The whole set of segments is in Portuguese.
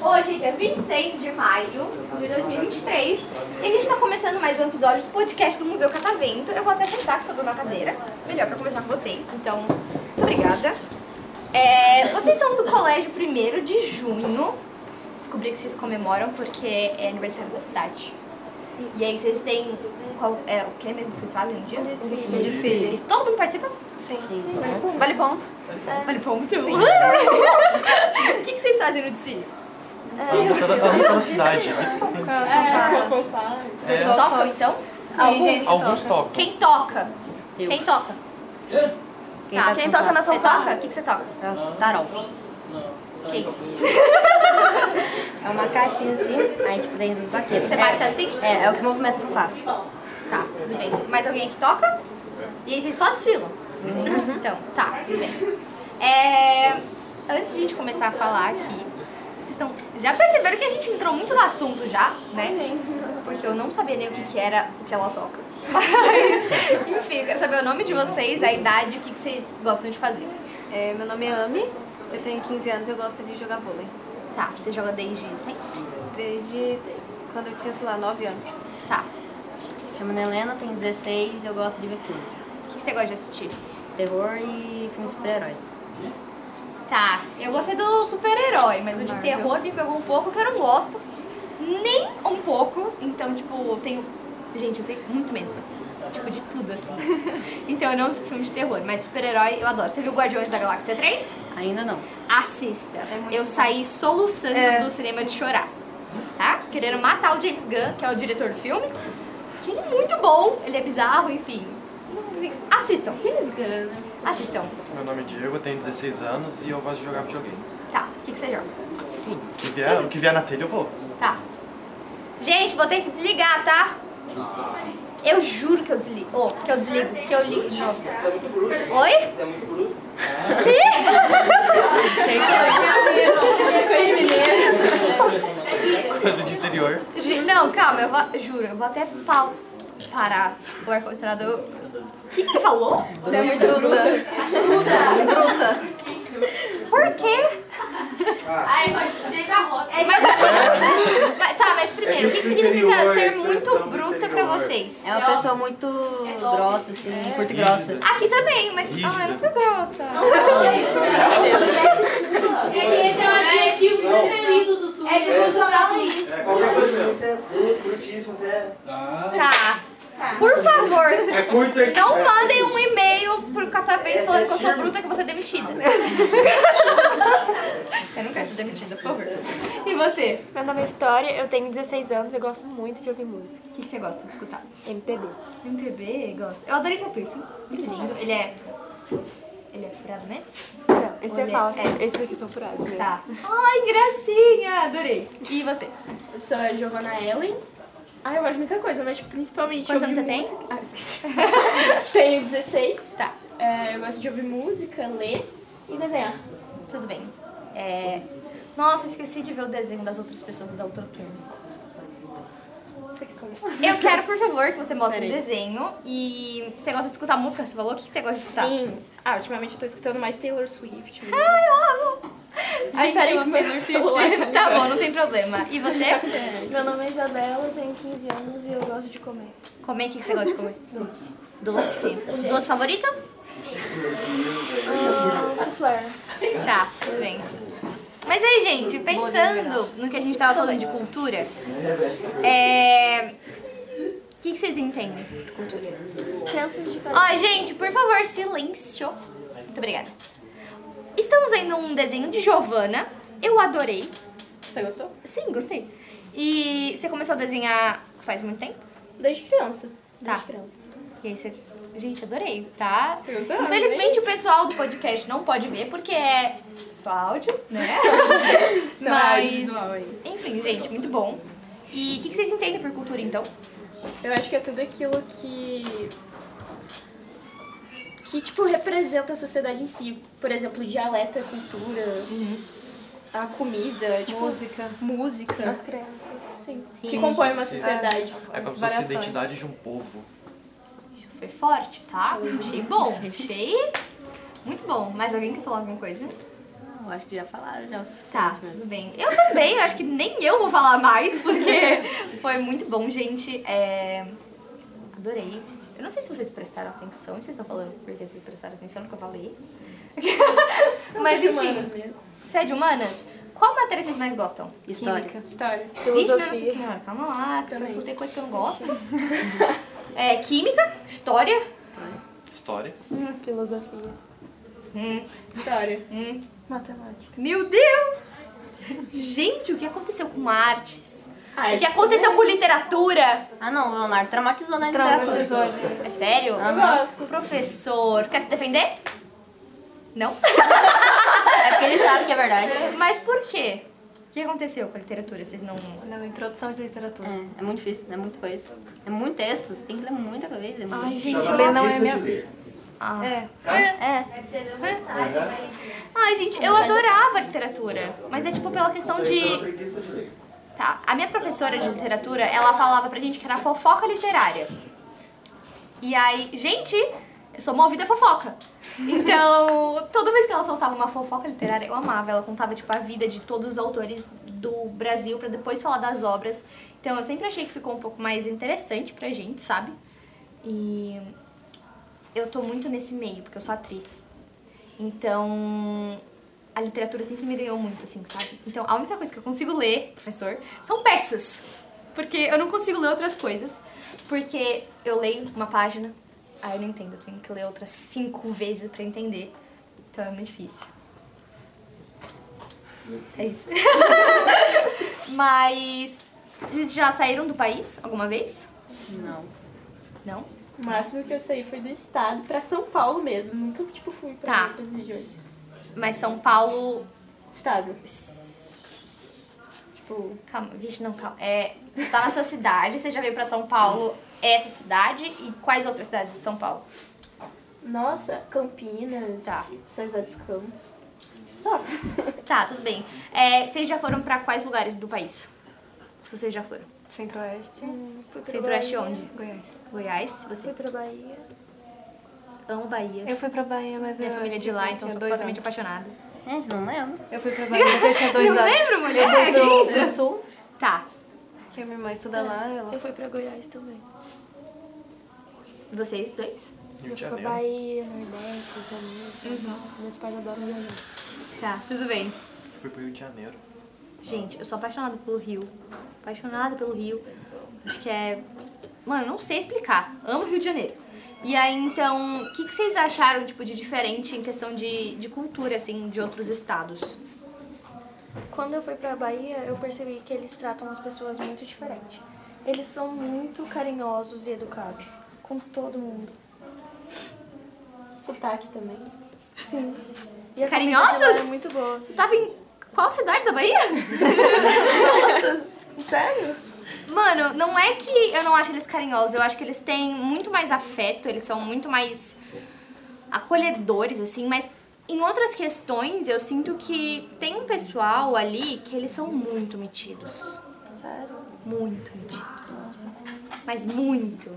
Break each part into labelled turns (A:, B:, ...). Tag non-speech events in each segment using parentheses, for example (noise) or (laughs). A: Hoje, dia 26 de maio de 2023, e a gente tá começando mais um episódio do podcast do Museu Catavento. Eu vou até sentar aqui sobre uma cadeira, melhor pra conversar com vocês, então, muito obrigada. É, vocês são do colégio 1 de junho. Descobri que vocês comemoram porque é aniversário da cidade. E aí vocês têm. Qual, é, o que mesmo que vocês fazem no dia? Um desfile. Todo mundo participa?
B: Sim.
A: Vale ponto. Vale ponto. (laughs) o que, que vocês fazem no desfile?
C: A luta da, a luta da cidade.
A: Vocês
C: É,
A: tocam então?
B: Alguns-
D: gente,
C: alguns tocam.
A: Quem toca?
D: Eu.
A: Quem toca?
D: Quem
A: Tá,
D: tá
A: quem
D: com
A: toca na
D: tarol?
A: Você toca? O que, que você toca?
D: Tarol.
A: Que isso?
D: É uma caixinha assim, aí tipo dentro dos baquetes.
A: Você bate assim?
D: É, é o que movimenta pro Fábio.
A: Tá, tudo bem. Mais alguém que toca? E aí vocês só desfilam? Então, tá, tudo bem. É, antes de a gente começar a falar aqui, vocês estão. Já perceberam que a gente entrou muito no assunto já, né? Sim.
D: é.
A: Porque eu não sabia nem o que, que era o que ela toca. Mas, enfim, eu quero saber o nome de vocês, a idade, o que, que vocês gostam de fazer.
B: É, meu nome é Ami, eu tenho 15 anos e eu gosto de jogar vôlei.
A: Tá, você joga desde sempre?
B: Desde quando eu tinha, sei lá, 9 anos.
A: Tá.
D: Chamo-me Helena, tenho 16 e eu gosto de ver filme.
A: O que, que você gosta de assistir?
D: Terror e filme de super-herói.
A: Tá, eu gostei do super-herói, mas o de
B: Marvel.
A: terror me pegou um pouco, que eu não gosto. Nem um pouco. Então, tipo, eu tenho. Gente, eu tenho muito medo. Tipo, de tudo, assim. então eu não assisto filme de terror, mas super-herói eu adoro. Você viu Guardiões da Galáxia 3?
D: Ainda não.
A: Assista. eu saí soluçando
B: É.
A: do cinema de chorar. Tá? Querendo matar o James Gunn, que é o diretor do filme. Que ele é muito bom, ele é bizarro, enfim. Assistam. James Gunn. Assistam.
C: Meu nome é Diego, eu tenho 16 anos e eu gosto de jogar videogame.
A: Tá, o que, que você joga?
C: Tudo. O que vier, o que vier na telha eu vou.
A: Tá. Gente, vou ter que desligar, tá? Eu juro que eu desligo. Oh, que eu desligo, que eu ligo de novo.
E: é
A: Oi? Você é muito bruto.
C: Coisa de interior.
A: Que? Gente, Não, calma, eu vou, juro, eu vou até pau parar o ar-condicionado. Eu- O que, que ele falou?
B: Você é muito bruta.
A: Por quê?
F: Ai, mas desde a roça.
A: Mas, mas- tá, mas
E: É
A: primeiro, o que, que
E: gente do
A: significa
E: interior,
A: ser
E: expressão
A: muito
E: do
A: bruta pra
E: interior.
A: vocês?
D: É uma pessoa muito grossa, assim, curta e grossa.
A: Aqui também, mas. Ah,
C: Rígida.
A: não foi grossa.
F: É que esse é o adjetivo preferido do Túlio. É cultural isso.
E: É, qualquer coisa mesmo. Você é bruto, brutíssimo, você é.
A: Tá. Por favor,
E: curto aqui.
A: Não mandem um e-mail pro Catavento falando que eu sou bruta que você é demitida. eu não quero ser demitida, por favor. E você?
B: (laughs) Meu nome é Vitória, eu tenho 16 anos e eu gosto muito de ouvir música.
A: O que você gosta de escutar?
B: MPB.
A: MPB, gosto. Eu adorei seu piercing. Muito lindo. Ele é. Ele é furado mesmo?
B: Não, esse
A: Olha,
B: é falso.
A: é.
B: Esses aqui são furados mesmo.
A: Tá. Ai, gracinha! Adorei. E você?
G: Eu sou a Giovanna Ellen. Ah, eu gosto de muita coisa, mas principalmente.
A: Quantos anos
G: ouvir
A: você
G: música- Ah, esqueci. Tenho 16. Tá. eu gosto de ouvir música, ler e desenhar.
A: Tudo bem. É... Nossa, esqueci de ver o desenho das outras pessoas da outra turma.
G: Você quer comer?
A: Eu quero, por favor, que você mostre um
G: Peraí.
A: desenho. E você gosta de escutar música? Você falou? O que que você gosta de escutar?
G: Sim. Ah, ultimamente eu tô escutando mais Taylor (laughs) Swift.
A: Ai, eu amo!
G: Ai, peraí, meu Taylor (laughs) Swift.
A: Tá bom, não tem problema. E você?
B: Meu nome é Isabela, eu tenho 15 anos e eu gosto de comer.
A: Comer, o é que que você gosta de comer? Doce. Doce. Doce favorito?
B: Ah,
A: Tá, tudo bem. Mas aí, gente, pensando no que a gente tava falando de cultura, é... O que, que vocês entendem de cultura?
B: Crianças de
A: Ó, gente, por favor, silêncio. Muito obrigada. Estamos vendo um desenho de Giovana. Eu adorei.
G: Você gostou?
A: Sim, gostei. E você começou a desenhar faz muito tempo?
G: Desde criança.
A: Tá.
G: Desde criança.
A: E aí você... Gente, adorei, tá?
G: Eu gostei.
A: Infelizmente o pessoal do podcast não pode ver porque é só áudio, né? Mas, enfim, gente, muito bom. E o que, que vocês entendem por cultura, então?
G: Eu acho que é tudo aquilo que. que, tipo, representa a sociedade em si. Por exemplo, o dialeto é cultura, a comida, tipo,
B: Música.
G: música.
B: As crianças.
G: sim.
D: Sim.
G: Que compõe uma sociedade.
C: É como se fosse a
B: Variações.
C: identidade de um povo.
A: Isso foi forte, tá? Achei bom, achei muito bom. Mais alguém quer falar alguma coisa?
D: Eu acho que já falaram, já. o suficiente,
A: Tá,
D: né?
A: tudo bem. Eu também, eu acho que nem eu vou falar mais, porque foi muito bom, gente. É, Adorei. Eu não sei se vocês prestaram atenção, e vocês estão falando porque vocês prestaram atenção no que eu falei. Mas enfim,
G: Humanas mesmo.
A: você é de humanas? Qual matéria vocês mais gostam?
D: Histórica.
G: História.
A: Vixe, meu Nossa
G: Filosofia.
A: Senhora, Ah, calma lá, que eu só
G: Também.
A: escutei coisa que eu não gosto. É, química, história.
C: História.
B: Filosofia.
A: Hum,
G: História.
A: hum.
G: Matemática.
A: Meu Deus! Gente, o que aconteceu com artes? O que
G: Arte.
A: aconteceu com literatura?
D: Ah não, o Leonardo traumatizou na literatura.
B: Traumatizou, gente.
A: É sério?
G: Eu gosto.
A: Professor, quer se defender? Não? (laughs)
D: É porque ele sabe que é verdade.
A: Mas por quê? O que aconteceu com a literatura? Vocês não.
B: Não, introdução de literatura.
D: É, é muito difícil, é muita coisa. É muito texto, você tem que ler muita coisa. é Ai,
B: Gente, ler não é minha...
A: Ah.
B: É.
D: É,
A: Ai, gente, eu adorava literatura. Mas é tipo pela questão de. Tá, a minha professora de literatura, ela falava pra gente que era fofoca literária. E aí, gente, eu sou movida a fofoca. Então, toda vez que ela soltava uma fofoca literária, eu amava. Ela contava, tipo, a vida de todos os autores do Brasil pra depois falar das obras. Então, eu sempre achei que ficou um pouco mais interessante pra gente, sabe? E eu tô muito nesse meio, porque eu sou atriz. Então, a literatura sempre me ganhou muito, assim, sabe? Então, a única coisa que eu consigo ler, professor, são peças. Porque eu não consigo ler outras coisas. Porque eu leio uma página, aí eu não entendo. Eu tenho que ler outras cinco vezes pra entender. Então é muito difícil. É isso. (laughs) Mas vocês já saíram do país alguma vez?
D: não.
A: Não?
G: O máximo que eu saí foi do estado pra São Paulo mesmo. Nunca, tipo, fui pra
A: Tá.
G: outras regiões.
A: Mas São Paulo.
G: Estado. Tipo,
A: Calma, vixe, não, calma. É, você tá na sua cidade, você já veio pra São Paulo, essa cidade, e quais outras cidades de São Paulo?
G: nossa, Campinas,
A: Tá.
G: São José dos Campos. Só.
A: Tá, tudo bem. É, vocês já foram pra quais lugares do país? Se vocês já foram.
B: Centro-Oeste.
A: Hum, Centro-Oeste onde?
B: Goiás.
A: Goiás, se você.
G: pra Bahia.
A: Amo Bahia.
B: Eu fui pra Bahia, mas
A: Minha
B: eu
A: família é de
B: tipo,
A: lá,
B: eu
A: então
B: tinha
A: sou
B: dois
A: completamente
B: anos.
A: apaixonada.
D: Gente, não lembro.
B: Eu fui pra Bahia, mas eu
A: (laughs)
B: tinha dois
A: Não
B: anos.
A: lembro, mulher?
B: Eu fui
A: que
B: pro,
A: isso?
B: pro Sul,
A: Tá.
B: que a minha irmã estuda lá. Ela
G: fui pra Goiás também.
A: Vocês dois?
C: Rio de
G: Pra
C: Janeiro.
G: Bahia, Nordeste, Rio de Janeiro, São
A: Uhum.
G: Paulo. Meus pais adoram Goiânia.
A: Tá, tudo bem.
C: Fui pro Rio de Janeiro.
A: Gente, eu sou apaixonada pelo Rio. Apaixonada pelo Rio. Acho que é. Mano, não sei explicar. Amo Rio de Janeiro. E aí, então, o que, que vocês acharam, tipo, de diferente em questão de, de cultura, assim, de outros estados?
H: Quando eu fui pra Bahia, eu percebi que eles tratam as pessoas muito diferente. Eles são muito carinhosos e educados com todo mundo.
G: Sotaque também.
H: E a comida de lá
A: Carinhosos?
H: É muito boa.
A: Você tava em qual cidade da Bahia?
G: Sério?
A: Mano, não é que eu não acho eles carinhosos, eu acho que eles têm muito mais afeto, eles são muito mais acolhedores, assim, mas em outras questões eu sinto que tem um pessoal ali que eles são muito metidos. Muito metidos. Mas muito.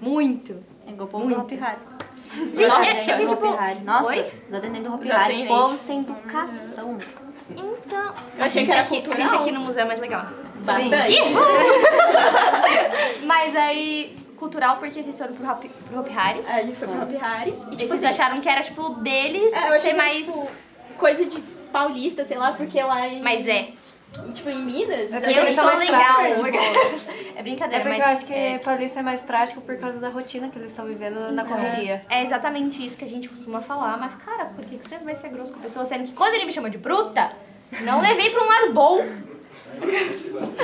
A: Muito.
D: É igual o povo do Hop Hari.
A: Gente,
D: Nossa,
A: é, é que,
D: do
A: tipo.
D: Hopi Hari. Nossa,
A: Oi?
D: os atendentes do Hop
G: Os
D: Hari.
G: atendentes.
D: Povo sem educação.
A: Então.
G: Eu achei
A: gente
G: que era
A: aqui,
G: cultural.
A: gente, aqui no museu é mais legal.
G: Bastante.
A: Mas aí, cultural, porque vocês foram pro Hop, pro Hop Hari.
G: É, A gente foi pro Hopi Hari.
A: E tipo, vocês acharam que era, tipo, deles
G: É, eu achei
A: ser
G: que,
A: mais.
G: tipo, coisa de paulista, sei lá, porque lá em...
A: Mas é.
G: em, Tipo, em Minas...
B: É
G: a
A: Eu
B: porque
G: gente-
A: sou
B: são mais
A: legal. (laughs)
B: práticos.
A: É
B: É
A: brincadeira,
B: porque
A: mas.
B: eu acho que
A: é,
B: paulista é mais prático por causa da rotina que eles estão vivendo na correria.
A: é exatamente isso que a gente costuma falar, mas cara, por que que você vai ser grosso com a pessoa? Sendo que quando ele me chama de bruta, não levei pra um lado bom. (laughs)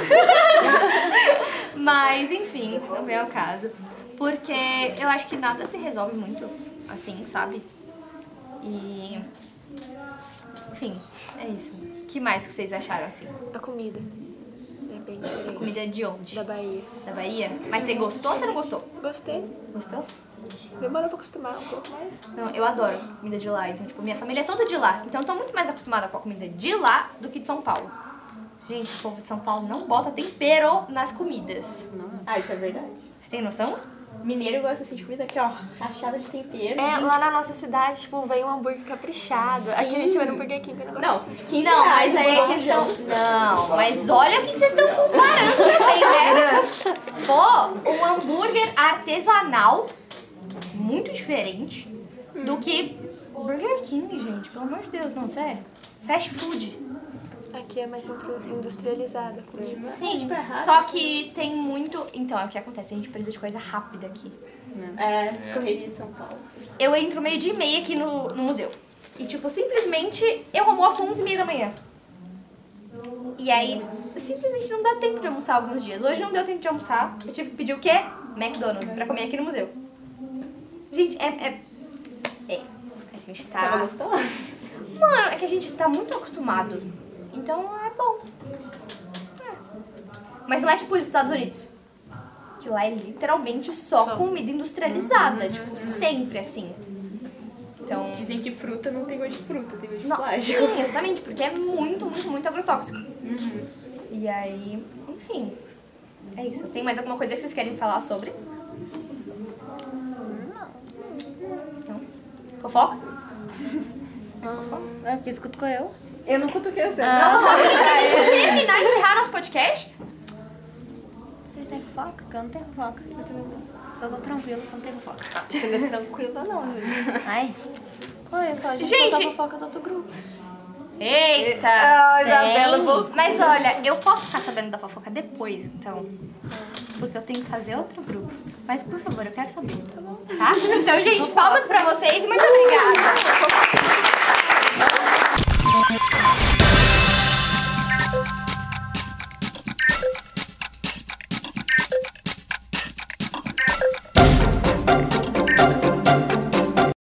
A: mas enfim, não vem ao caso. Porque eu acho que nada se resolve muito assim, sabe? E. Enfim, é isso. O que mais que vocês acharam assim?
H: A comida é bem diferente
A: Comida de onde?
H: da Bahia.
A: Da Bahia? Mas você gostou ou você não gostou?
H: Gostei.
A: Gostou?
H: Demorou pra acostumar um pouco, mas
A: Não, eu adoro comida Então, de lá. Então, tipo, minha família é toda de lá. Então, eu tô muito mais acostumada com a comida de lá do que de São Paulo. Gente, o povo de São Paulo não bota tempero nas comidas.
G: Ah, isso é verdade.
A: Vocês têm noção?
G: Mineiro gosta assim de comida aqui, ó, rachada de tempero.
H: É,
G: gente.
H: lá na nossa cidade, tipo, veio um hambúrguer caprichado. Aqui a gente vai no Burger King, não,
G: Não, 15
A: Não,
G: reais
A: mas aí
G: um
A: é
G: bom
A: questão. Não, mas olha o que que vocês estão comparando também, né? Pô, um hambúrguer artesanal muito diferente do que Burger King, gente. Pelo amor de Deus, não, sério. Fast food.
H: Aqui é mais intru- industrializada a comida.
A: Sim,
G: tipo, é rápido.
A: só que tem muito. Então, é o que acontece, a gente precisa de coisa rápida aqui.
G: É, correria de São Paulo.
A: Eu entro meio dia e meia aqui no, no museu. E, tipo, simplesmente eu almoço 11 e meia da manhã. E aí, simplesmente não dá tempo de almoçar alguns dias. Hoje não deu tempo de almoçar. Eu tive que pedir o quê? McDonald's pra comer aqui no museu. Gente, é. É. é. A gente tá.
G: Tava gostosa?
A: Mano, é que a gente tá muito acostumado. Então é bom. É. Mas não é tipo os Estados Unidos. Que lá é literalmente só, comida industrializada. Tipo, sempre assim. Então.
G: Dizem que fruta não tem gosto de fruta, tem gosto de
A: Nossa, sim,
G: plástico.
D: (laughs)
A: exatamente, porque é muito, muito, muito agrotóxico.
D: Uhum.
A: E aí, enfim. É isso. Tem mais alguma coisa que vocês querem falar sobre? Então, fofoca?
D: (laughs) É porque escuto eu. Ah.
B: Eu não cutuquei você.
A: Não,
D: (laughs)
A: fofoquinha pra gente terminar e encerrar nosso podcast.
D: Vocês têm fofoca? Porque eu não tenho fofoca. Eu também Só tô tranquila que eu não tenho fofoca.
B: Você não é tranquila, não.
D: Ai,
H: Olha só, a gente,
A: Gente!
H: gente... fofoca do outro grupo.
A: Eita!
D: É, Isabela, vou-
A: Mas olha, eu posso ficar sabendo da fofoca depois, então. Porque eu tenho que fazer outro grupo. Mas por favor, eu quero saber. Tá bom. Tá? Então, gente, palmas pra vocês e muito obrigada.